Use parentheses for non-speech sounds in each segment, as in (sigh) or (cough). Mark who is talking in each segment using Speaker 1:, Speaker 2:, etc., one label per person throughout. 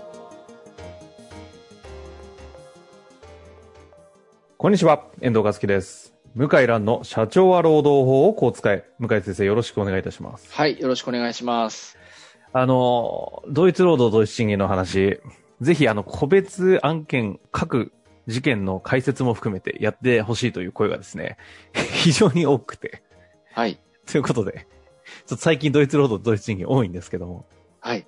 Speaker 1: こんにちは、遠藤和樹です。向井蘭の社長は労働法をこう使え。向井先生、よろしくお願いいたします。
Speaker 2: はい、よろしくお願いします。
Speaker 1: あの、同一労働同一賃金の話、ぜひあの、個別案件、各事件の解説も含めてやってほしいという声がですね、 (laughs) 非常に多くて。
Speaker 2: はい、
Speaker 1: ということで、ちょっと最近同一労働同一賃金多いんですけども、
Speaker 2: はい、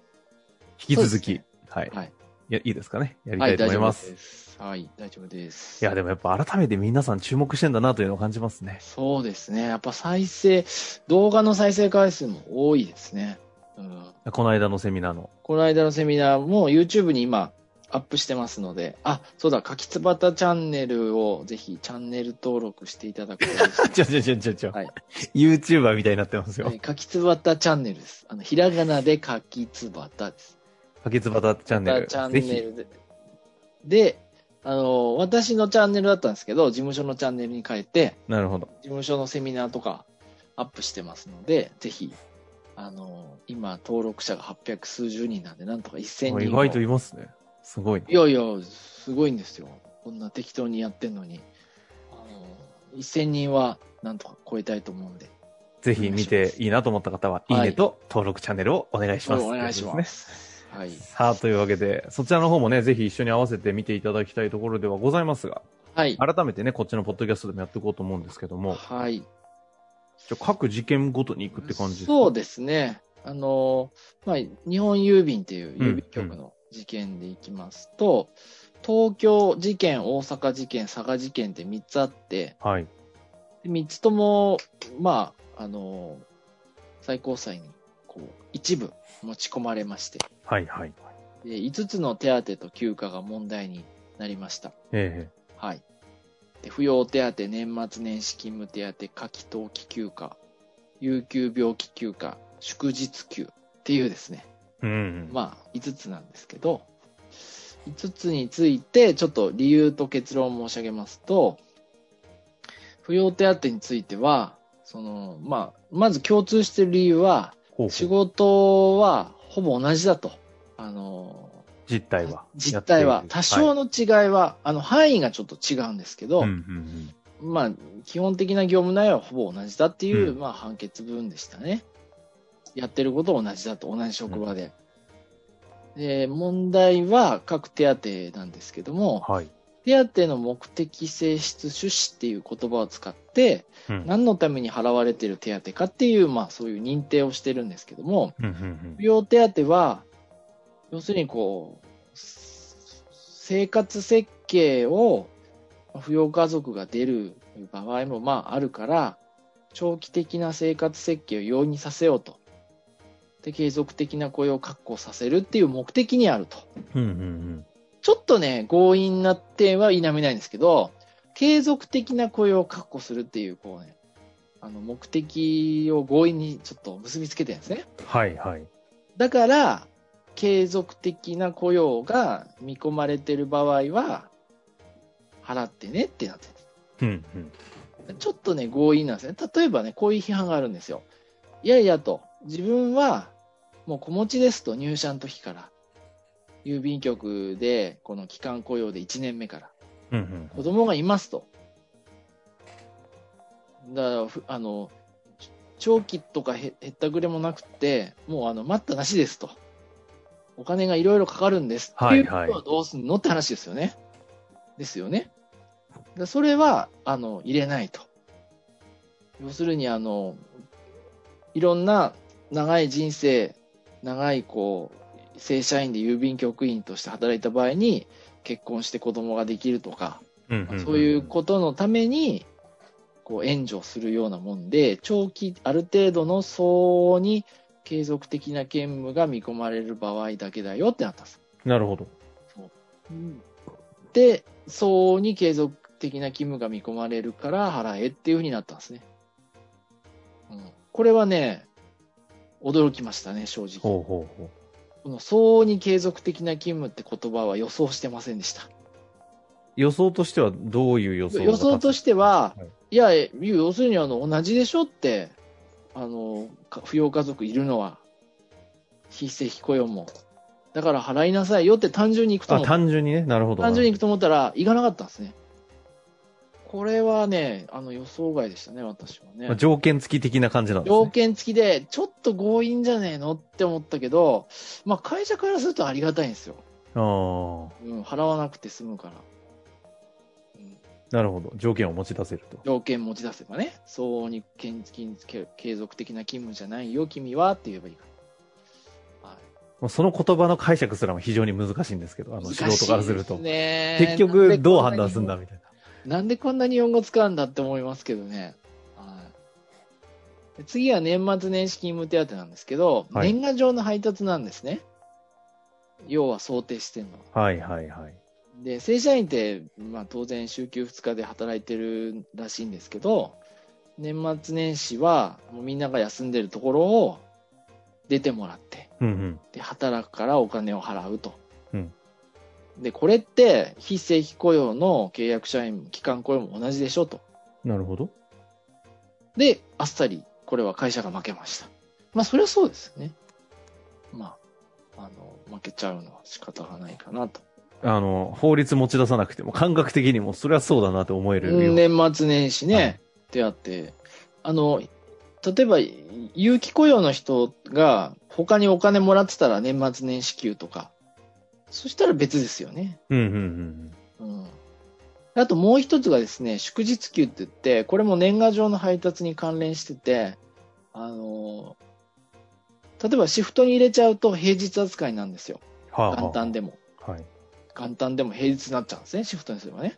Speaker 1: 引き続き、
Speaker 2: そうで
Speaker 1: はい、
Speaker 2: はい、
Speaker 1: いや。いいですかねやり
Speaker 2: は
Speaker 1: た
Speaker 2: い、
Speaker 1: いと
Speaker 2: 大
Speaker 1: 思い
Speaker 2: 丈
Speaker 1: ま
Speaker 2: 夫
Speaker 1: す。い
Speaker 2: です。はい、大丈夫です。
Speaker 1: や、でもやっぱ改めて皆さん注目してんだなというのを感じますね。
Speaker 2: そうですね。やっぱ再生、動画の再生回数も多いですね。うん、
Speaker 1: この間のセミナーの。
Speaker 2: この間のセミナーも YouTube に今アップしてますので、あ、そうだ、かきつばたチャンネルをぜひチャンネル登録していただくと
Speaker 1: (laughs)
Speaker 2: 嬉しい
Speaker 1: ちょちょちょちょちょ。
Speaker 2: はい
Speaker 1: YouTuber みたいになってます
Speaker 2: は
Speaker 1: よ
Speaker 2: い。かきつばたチャンネルです。あの、ひらがなでかきつばたです。
Speaker 1: かけつばたチャンネル。
Speaker 2: チャン
Speaker 1: ぜ
Speaker 2: ネ
Speaker 1: ひ。
Speaker 2: ルで。で、あの、私のチャンネルだったんですけど、事務所のチャンネルに変えて、
Speaker 1: なるほど。
Speaker 2: 事務所のセミナーとかアップしてますので、ぜひ、あの、今、登録者が800数十人なんで、なんとか1000人を。
Speaker 1: 意外といますね。すごいね、
Speaker 2: いやいや、すごいんですよ。こんな適当にやってんのに。あの、1000人はなんとか超えたいと思うんで、
Speaker 1: ぜひ見ていいなと思った方は、いい
Speaker 2: はい
Speaker 1: ねと登録チャンネルをお願いします。
Speaker 2: お願いし
Speaker 1: ということ
Speaker 2: ま
Speaker 1: です
Speaker 2: す。はい
Speaker 1: ね。。さあ、というわけで、そちらの方もね、ぜひ一緒に合わせて見ていただきたいところではございますが、
Speaker 2: はい。
Speaker 1: 改めてね、こっちのポッドキャストでもやっていこうと思うんですけども、
Speaker 2: はい。
Speaker 1: じゃあ各事件ごとに行くって感じですか
Speaker 2: そうですね。あの、まあ、日本郵便っていう郵便
Speaker 1: う
Speaker 2: 局
Speaker 1: ん
Speaker 2: の事件でいきますと、東京事件、大阪事件、佐賀事件って3つあって、
Speaker 1: はい。
Speaker 2: で3つとも、まあ、あの、最高裁に、こう、一部持ち込まれまして、
Speaker 1: はい、はい。
Speaker 2: で5つの手当と休暇が問題になりました。
Speaker 1: え
Speaker 2: はい。で扶養手当、年末年始勤務手当、夏季冬季休暇、有給病気休暇、祝日休っていうですね、
Speaker 1: えうん。
Speaker 2: まあ5つなんですけど、5つについてちょっと理由と結論を申し上げますと、扶養手当については、その、まあ、まず共通している理由は、
Speaker 1: ほうほう
Speaker 2: 仕事はほぼ同じだと。あの、
Speaker 1: 実態は。
Speaker 2: 実態は、多少
Speaker 1: の、
Speaker 2: の違いは、あの、範囲がちょっと違うんですけど、
Speaker 1: はいうんうんうん
Speaker 2: まあ、基本的な業務内容はほぼ同じだっていう、
Speaker 1: うん
Speaker 2: まあ、判決文でしたね。やってることは同じだと、同じ職場で。で、問題は各手当なんですけども、
Speaker 1: はい。
Speaker 2: 手当の目的性質趣旨っていう言葉を使って、
Speaker 1: うん
Speaker 2: 何のために払われてる手当かっていう、まあ、そういう認定をしてるんですけども、
Speaker 1: うんうん
Speaker 2: 扶養手当は、要するにこう、す生活設計を扶養家族が出る場合もまああるから、長期的な生活設計を容易にさせようと。で、継続的な雇用を確保させるっていう目的にあると。
Speaker 1: うん。うんうん
Speaker 2: ちょっとね、強引な点は否めないんですけど、継続的な雇用を確保するっていう、こうね、あの、目的を強引にちょっと結びつけてるんですね。
Speaker 1: うん。はい、はい。
Speaker 2: だから、継続的な雇用が見込まれてる場合は、払ってねってなって
Speaker 1: うん、うん。
Speaker 2: るちょっとね、強引なんですね。例えばね、こういう批判があるんですよ。いやいやと、自分はもう子持ちですと、入社の時から。郵便局で、この期間雇用で1年目から。
Speaker 1: うんうん
Speaker 2: 子供がいますと。だからふ、あの、ち長期とかへへったくれもなくて、もうあの、待ったなしですと。お金がいろいろかかるんです。
Speaker 1: はい
Speaker 2: っていうことはどうすんのって話ですよね。ですよね。だそれは、あの、入れないと。要するに、あの、いろんな長い人生、長いこう、正社員で郵便局員として働いた場合に、結婚して子供ができるとか、
Speaker 1: うんうんん
Speaker 2: そういうことのために、こう援助するようなもんで、長期、ある程度の相応に継続的な兼務が見込まれる場合だけだよってなったんです。
Speaker 1: なるほど。
Speaker 2: で、そうに継続的な義務が見込まれるから払えっていうふうになったんですね。うん、これはね、驚きましたね、正直。
Speaker 1: ほうほうほう。
Speaker 2: この相応に継続的な勤務って言葉は予想してませんでした。
Speaker 1: 予想としてはどういう予想が
Speaker 2: 予想としては、
Speaker 1: はい
Speaker 2: いや、要するにあの同じでしょって、あの、か扶養家族いるのは、非正規雇用も。だから払いなさいよって単純に行くと
Speaker 1: あ、
Speaker 2: 思った
Speaker 1: 単純にね、なるほど。
Speaker 2: 単純に行くと思ったら、行かなかったんですね。これはね、あの予想外でしたね、私はね
Speaker 1: まあ。条件付き的な感じなんです
Speaker 2: 条
Speaker 1: ね。
Speaker 2: 件付きで、ちょっと強引じゃねえのって思ったけど、まあ会社からするとありがたいんですよ。
Speaker 1: ああ、
Speaker 2: うん、払わなくて済むから。うん
Speaker 1: なるほど。条件を持ち出せると。
Speaker 2: 条件持ち出せばね、相応に堅勤継継続的な勤務じゃないよ、君はって言えばいいから。はい
Speaker 1: まあその言葉の解釈すらも非常に難しいんですけど、あの素人からする
Speaker 2: (laughs)
Speaker 1: と。
Speaker 2: 結
Speaker 1: 結局、どう判断するんだみたいな。
Speaker 2: なんでこんなに日本語使うんだって思いますけどね。はい、で次は年末年始勤務手当なんですけど、
Speaker 1: はい
Speaker 2: 年賀状の配達なんですね。要は想定してるのは。
Speaker 1: はいはいはい。
Speaker 2: で、正社員って、まあ、当然週休2日で働いてるらしいんですけど、年末年始はもうみんなが休んでるところを出てもらって、
Speaker 1: うんうん。
Speaker 2: で、働くからお金を払うと。
Speaker 1: うん
Speaker 2: で、これって非正規雇用の契約社員、期間雇用も同じでしょと。
Speaker 1: なるほど。
Speaker 2: で、あっさり、これは会社が負けました。まあ、そりゃそうですよね。まあ、あの、負けちゃうのは仕方がないかなと。
Speaker 1: あの、法律持ち出さなくても、感覚的にも、それはそうだなと思えるような。
Speaker 2: 年末年始ね、
Speaker 1: はい
Speaker 2: ってあって、あの、例えば、有期雇用の人が他にお金もらってたら年末年始給とか、そしたら別ですよね。
Speaker 1: うんうんうん
Speaker 2: うん。あともう一つがですね、祝日給って言って、これも年賀状の配達に関連してて、あの、例えばシフトに入れちゃうと平日扱いなんですよ。
Speaker 1: うん。はあはあ
Speaker 2: 元旦でも。
Speaker 1: はい。
Speaker 2: 元旦でも平日になっちゃうんですね、シフトにすればね。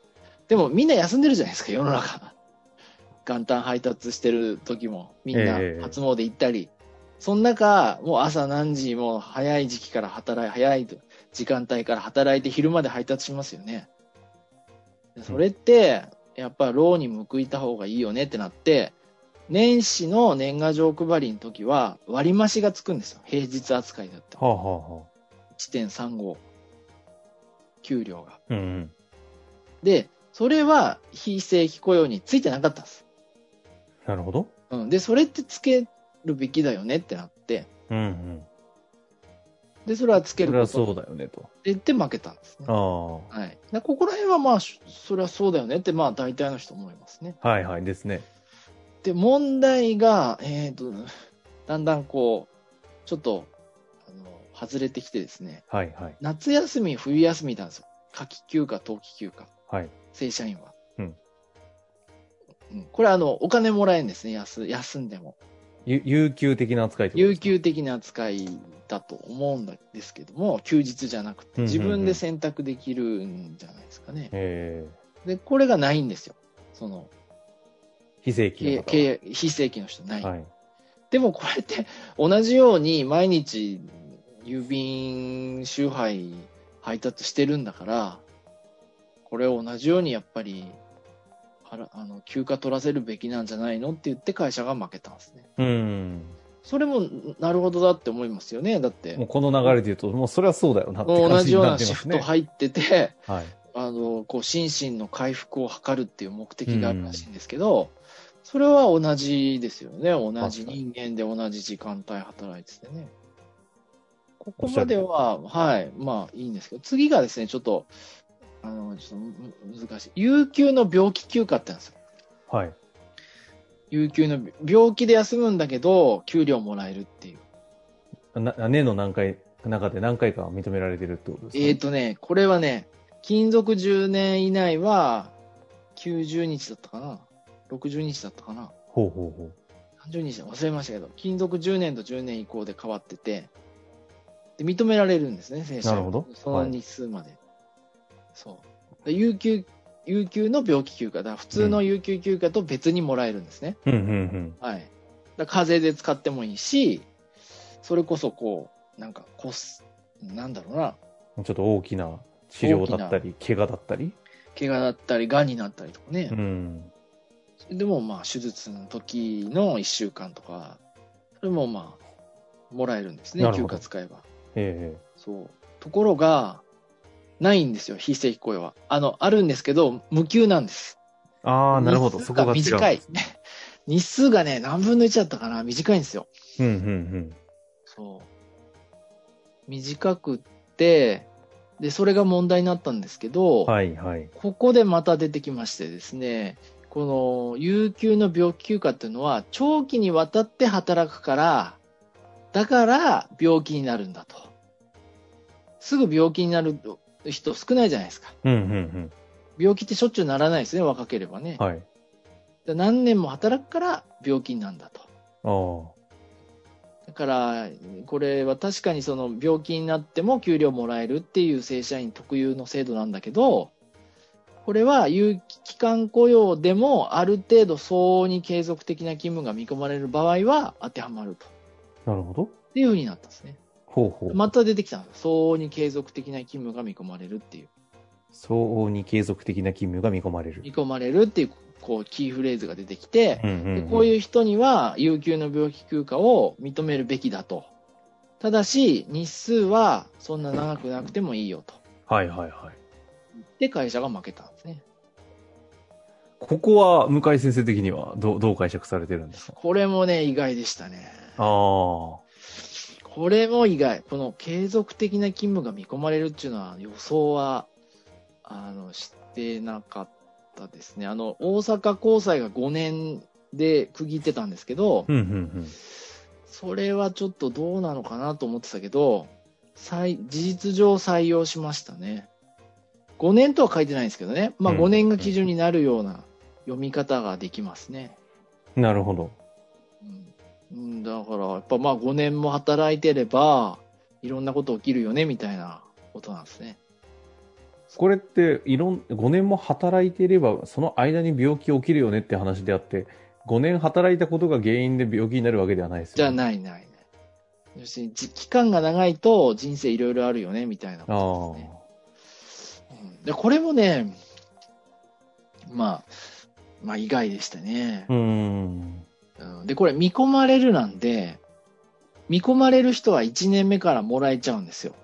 Speaker 2: でもみんな休んでるじゃないですか、世の中。元旦配達してる時も、みんな
Speaker 1: ええ
Speaker 2: 初詣行ったり。その中、もう朝何時、もう早い時期から働い、早い時間帯から働いて昼まで配達しますよね。でそれって、やっぱ労に報いた方がいいよねってなって、年始の年賀状配りの時は割増がつくんですよ。平日扱いだった。
Speaker 1: はあはあはあ。
Speaker 2: 1.35。給料が。
Speaker 1: うんうん。
Speaker 2: で、それは非正規雇用についてなかったんです。
Speaker 1: なるほど。
Speaker 2: うん、で、それってつけるべきだよねってなって、
Speaker 1: うんうん。
Speaker 2: で、それはつけ
Speaker 1: そ
Speaker 2: る
Speaker 1: れは
Speaker 2: こ
Speaker 1: そ
Speaker 2: と
Speaker 1: うだよねと。
Speaker 2: でって負けたんですね。
Speaker 1: あ
Speaker 2: はい、でここら辺はまあ、しそれはそうだよねって、まあ大体の人思いますね。
Speaker 1: あ。はいはいですね。
Speaker 2: で、問題が、えー、と、だんだんこう、ちょっと、あの、外れてきてですね、
Speaker 1: はいはい。
Speaker 2: 夏休み、冬休みなんですよ。夏季休暇、冬季休暇、
Speaker 1: はい。
Speaker 2: 正社員は。
Speaker 1: うん
Speaker 2: うん。これあの、お金もらえるんですね、休休んでも。
Speaker 1: ゆ有給的な扱いってことで
Speaker 2: 有
Speaker 1: すか
Speaker 2: 給的な扱いだと思うんですけども、休日じゃなくて、
Speaker 1: うんうんうん
Speaker 2: 自分で選択できるんじゃないですかね。
Speaker 1: え
Speaker 2: で、これがないんですよ。その、
Speaker 1: ー、非正規
Speaker 2: 経
Speaker 1: の方
Speaker 2: 経非正規の人ない。
Speaker 1: はい。
Speaker 2: でもこれって、同じように毎日、郵便集配配達してるんだから、これを同じようにやっぱり、あらあの休暇取らせるべきなんじゃないのって言って会社が負けたんですね。
Speaker 1: うん。
Speaker 2: それもなるほどだって思いますよね。だって
Speaker 1: もう。この流れで言うと、もうそれはそうだよなって
Speaker 2: もう同
Speaker 1: 感
Speaker 2: じ
Speaker 1: じに
Speaker 2: よう
Speaker 1: な
Speaker 2: な
Speaker 1: ってま
Speaker 2: シ
Speaker 1: す
Speaker 2: フ
Speaker 1: ね。
Speaker 2: ト入ってて、
Speaker 1: はい。
Speaker 2: あの、こう、心身の回復を図るっていう目的があるらしいんですけど、それは同じですよね。同じ
Speaker 1: 確かに
Speaker 2: 人間で同じ時間帯働いててね。こ
Speaker 1: お
Speaker 2: こ
Speaker 1: っしゃ
Speaker 2: ま
Speaker 1: る通
Speaker 2: で
Speaker 1: り
Speaker 2: は、はい、まあいいんですけど、次がですね、ちょっと、あの、ちょっとむ難しい。有給の病気休暇ってなんですよ。
Speaker 1: はい。
Speaker 2: 有給の病気で休むんだけど、給料もらえるっていう。
Speaker 1: な年の何回、中で何回かは認められてるってことですか、
Speaker 2: えー、とね、これはね、勤続10年以内は、90日だったかな ?60 日だったかな
Speaker 1: ほうほうほう。
Speaker 2: ?30 日だ忘れましたけど、勤続10年と10年以降で変わってて、で認められるんですね、正社員
Speaker 1: なるほど
Speaker 2: その日数まで。そう。で有給、有給の病気休暇だ。普通の有給休暇と別にもらえるんですね。
Speaker 1: うんうんうん。
Speaker 2: はい。だから課税で使ってもいいし、それこそこう、なんか、こす、なんだろうな、
Speaker 1: ちょっと大きな治療だったり、怪我だったり。
Speaker 2: 怪我だったり、がんになったりとかね
Speaker 1: う。ん。
Speaker 2: でもまあ、手術の時の1週間とか、それもまあ、もらえるんですね
Speaker 1: な、る
Speaker 2: 休
Speaker 1: ほど
Speaker 2: 暇使えば。
Speaker 1: え
Speaker 2: そう。ところが、ないんですよ、非正規雇用は。あの、あるんですけど、無給なんです。
Speaker 1: えああ、なるほど。
Speaker 2: 日
Speaker 1: そ
Speaker 2: 数
Speaker 1: こが違う。
Speaker 2: 短い。日数がね、何分の1だったかな、短いんですよ。
Speaker 1: うんうん
Speaker 2: そう。短くって、で、それが問題になったんですけど、
Speaker 1: うん。はいはい。
Speaker 2: ここでまた出てきましてですね、この有給の病気休暇っていうのは、長期にわたって働くから、だから病気になるんだと。すぐ病気になる人少ないじゃないですか。
Speaker 1: うんうん
Speaker 2: 病気ってしょっちゅうならないですね、若ければね
Speaker 1: うん。。はい。
Speaker 2: だ何年も働くから病気になるんだと。
Speaker 1: ああ。
Speaker 2: だから、これは確かにその病気になっても給料もらえるっていう正社員特有の制度なんだけど、これは有期間雇用でもある程度相応に継続的な勤務が見込まれる場合は当てはまると。
Speaker 1: なるほど。
Speaker 2: っていうふうになったんですね。
Speaker 1: ほうほう。
Speaker 2: また出てきたんです。相応に継続的な勤務が見込まれるっていう。
Speaker 1: 相応に継続的な勤務が見込まれる。
Speaker 2: 見込まれるっていう、こう、キーフレーズが出てきて、
Speaker 1: うんうん
Speaker 2: で
Speaker 1: ん
Speaker 2: こういう人には有給の病気休暇を認めるべきだと。ただし、日数はそんな長くなくてもいいよと。
Speaker 1: はいはいはい。
Speaker 2: で、会社が負けたんですね。
Speaker 1: ここは、向井先生的には、どう、どう解釈されてるんですか
Speaker 2: これもね、意外でしたね。
Speaker 1: ああ。
Speaker 2: これも意外。この継続的な勤務が見込まれるっていうのは予想は、あの、してなかったですね。あの、大阪高裁が5年で区切ってたんですけど、
Speaker 1: うんうん
Speaker 2: それはちょっとどうなのかなと思ってたけど、採事実上採用しましたね。5年とは書いてないんですけどね。まあ
Speaker 1: うん
Speaker 2: 5年が基準になるような読み方ができますね。
Speaker 1: うん。なるほど。
Speaker 2: うんうん、だから、やっぱまあ5年も働いてれば、いろんなこと起きるよね、みたいなことなんですね。
Speaker 1: これって、いろん、5年も働いていれば、その間に病気起きるよねって話であって、5年働いたことが原因で病気になるわけではないですよ、
Speaker 2: じゃあないないない。要するに、じ期間が長いと人生いろいろあるよね、みたいなこ
Speaker 1: ああ。
Speaker 2: とですね。うんでこれもね、まあ、まあ意外でしたね
Speaker 1: う、ーん。
Speaker 2: うんで、これ見込まれるなんで、見込まれる人は1年目からもらえちゃうんですよ。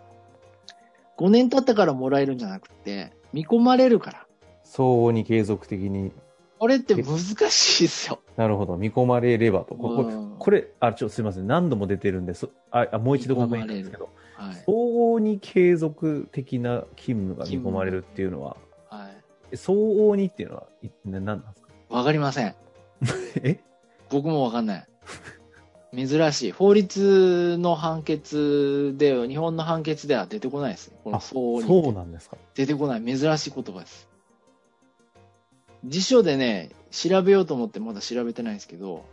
Speaker 2: 5年経ったからもらえるんじゃなくて、見込まれるから。
Speaker 1: 相応に継続的に。
Speaker 2: これって難しいですよ。
Speaker 1: なるほど。見込まれればと。こ
Speaker 2: う
Speaker 1: こ
Speaker 2: ん
Speaker 1: これ、あ、ちょっとすいません。何度も出てるんで、そああもう一度確認なんですけど、
Speaker 2: はい。
Speaker 1: 相応に継続的な勤務が見込まれるっていうのは、
Speaker 2: はい。
Speaker 1: え相応にっていうのは、いな何なんですか
Speaker 2: わかりません。
Speaker 1: え
Speaker 2: 僕もわかんない。珍しい。法律の判決で、日本の判決では出てこないですね。この
Speaker 1: あ、
Speaker 2: 相応に
Speaker 1: そうなんですか。
Speaker 2: 出てこない珍しい言葉です。辞書でね、調べようと思ってまだ調べてないんですけど、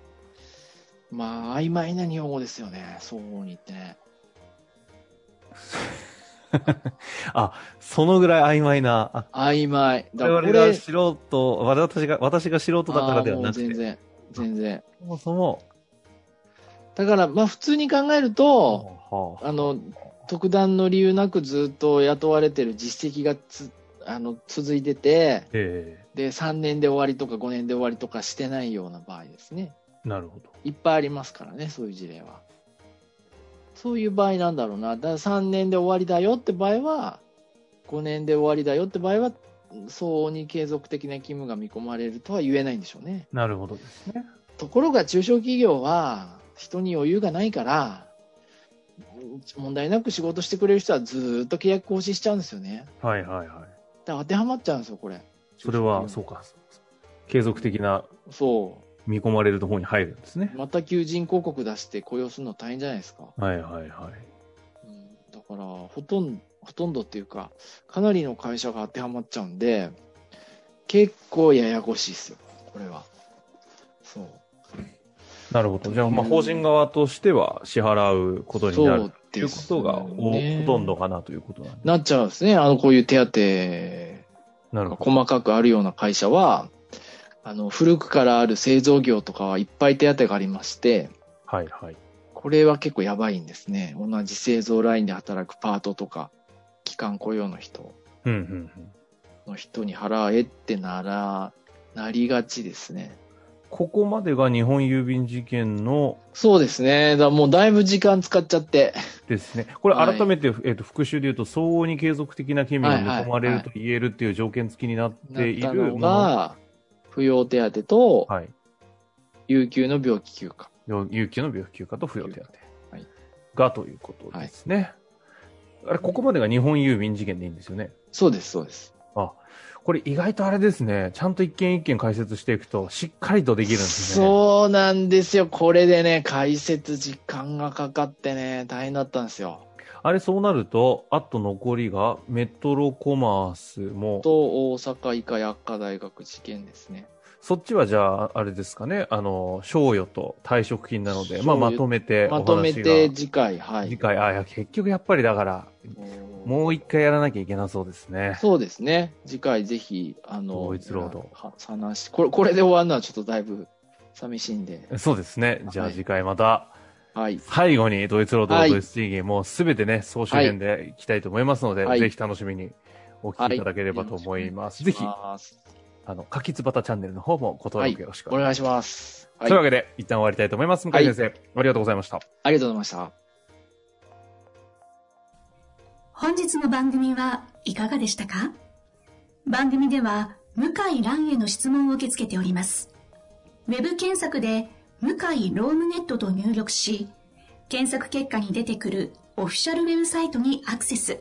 Speaker 2: まあ、曖昧な日本語ですよね、相応にってね。
Speaker 1: そのぐらい曖昧な、あ
Speaker 2: 曖昧。
Speaker 1: 我々が素人、私が、私が素人だからでは
Speaker 2: あーも
Speaker 1: な
Speaker 2: う
Speaker 1: くて、
Speaker 2: 全然、全然。
Speaker 1: そもそも、
Speaker 2: だから、まあ、普通に考えると、
Speaker 1: はあ
Speaker 2: あの、特段の理由なくずっと雇われてる実績がつ、あの、続いてて、
Speaker 1: え
Speaker 2: で、3年で終わりとか5年で終わりとかしてないような場合ですね。
Speaker 1: えなるほど。
Speaker 2: いっぱいありますからね、そういう事例は。そういう場合なんだろうな。だから3年で終わりだよって場合は、5年で終わりだよって場合は、相応に継続的な勤務が見込まれるとは言えないんでしょうね。
Speaker 1: なるほどですね。
Speaker 2: ところが中小企業は、人に余裕がないから、問題なく仕事してくれる人はずーっと契約更新しちゃうんですよね。
Speaker 1: はいはいはい。
Speaker 2: だから当てはまっちゃうんですよ、これ。
Speaker 1: それは、そうか。継続的な
Speaker 2: そ
Speaker 1: 見込まれる方に入るんですね
Speaker 2: う。。また求人広告出して雇用するの大変じゃないですか。
Speaker 1: はいはいはい。
Speaker 2: うんだから、ほとんど、ほとんどっていうか、かなりの会社が当てはまっちゃうんで、結構ややこしいですよ、これは。そう。
Speaker 1: なるほど。じゃあ、まあ、法人側としては支払うことになるということが、
Speaker 2: そうです
Speaker 1: お
Speaker 2: ね
Speaker 1: ほとんどかなということなんで。
Speaker 2: なっちゃうんですね。あの、こういう手当
Speaker 1: なる
Speaker 2: が
Speaker 1: ほど。
Speaker 2: 細かくあるような会社は、あの、古くからある製造業とかはいっぱい手当がありまして、
Speaker 1: はいはい。
Speaker 2: これは結構やばいんですね。同じ製造ラインで働くパートとか、期間雇用の人。
Speaker 1: うんうんうん。
Speaker 2: の人に払えってなら、なりがちですね。
Speaker 1: ここまでが日本郵便事件の
Speaker 2: そうですね。だからもうだいぶ時間使っちゃって。
Speaker 1: ですね。これ
Speaker 2: はい
Speaker 1: 改めて、えっと復習で言うと、相応に継続的な権利が見込まれると言えるっていう条件付きになっ
Speaker 2: なって
Speaker 1: い
Speaker 2: た
Speaker 1: る
Speaker 2: の
Speaker 1: もの。
Speaker 2: が、扶養手当と、
Speaker 1: はい。
Speaker 2: 有給の病気休暇。
Speaker 1: 有給の病気休暇と扶養手当
Speaker 2: はい
Speaker 1: がということですね。あれ、ここまでが日本郵便事件でいいんですよね。
Speaker 2: そうです、そうです。
Speaker 1: これ意外とあれですね、ちゃんと一件一件解説していくと、しっかりとできるんですね。
Speaker 2: そうなんですよ。これでね、解説時間がかかってね、大変だったんですよ。
Speaker 1: あれ、そうなると、あと残りがメトロコマースも、
Speaker 2: と、大阪医科薬科大学事件ですね。
Speaker 1: そっちはじゃあ、あれですかね、あの、賞与と退職金なので、
Speaker 2: 賞与
Speaker 1: まあ、まとめてお話が
Speaker 2: まとめて次回、はい。
Speaker 1: 次回、あ、いや結局やっぱりだから、もう一回やらなきゃいけなそうですね。
Speaker 2: そうですね。次回ぜひ、あの、
Speaker 1: 同一労働
Speaker 2: は話し、これ、これで終わるのはちょっとだいぶ寂しいんで、
Speaker 1: そうですね。じゃあ
Speaker 2: はい
Speaker 1: 次回また、
Speaker 2: はい。
Speaker 1: 最後にドイツ労働
Speaker 2: はい
Speaker 1: ドイツ地域、もうすべてね、総集編でいきたいと思いますので、
Speaker 2: はい
Speaker 1: ぜひ楽しみにお聞きいただければと思います。ぜひ、
Speaker 2: ます
Speaker 1: あの、かきつばたチャンネルの方もご登録よろしくお願いします
Speaker 2: お願いします。はい
Speaker 1: という。わけで、一旦終わりたいと思います。向井先生、ありがとうございました。
Speaker 2: ありがとうございました。
Speaker 3: 本日の番組はいかがでしたか番組では向井蘭への質問を受け付けております。ウェブ検索で向井ロームネットと入力し、検索結果に出てくるオフィシャルウェブサイトにアクセス。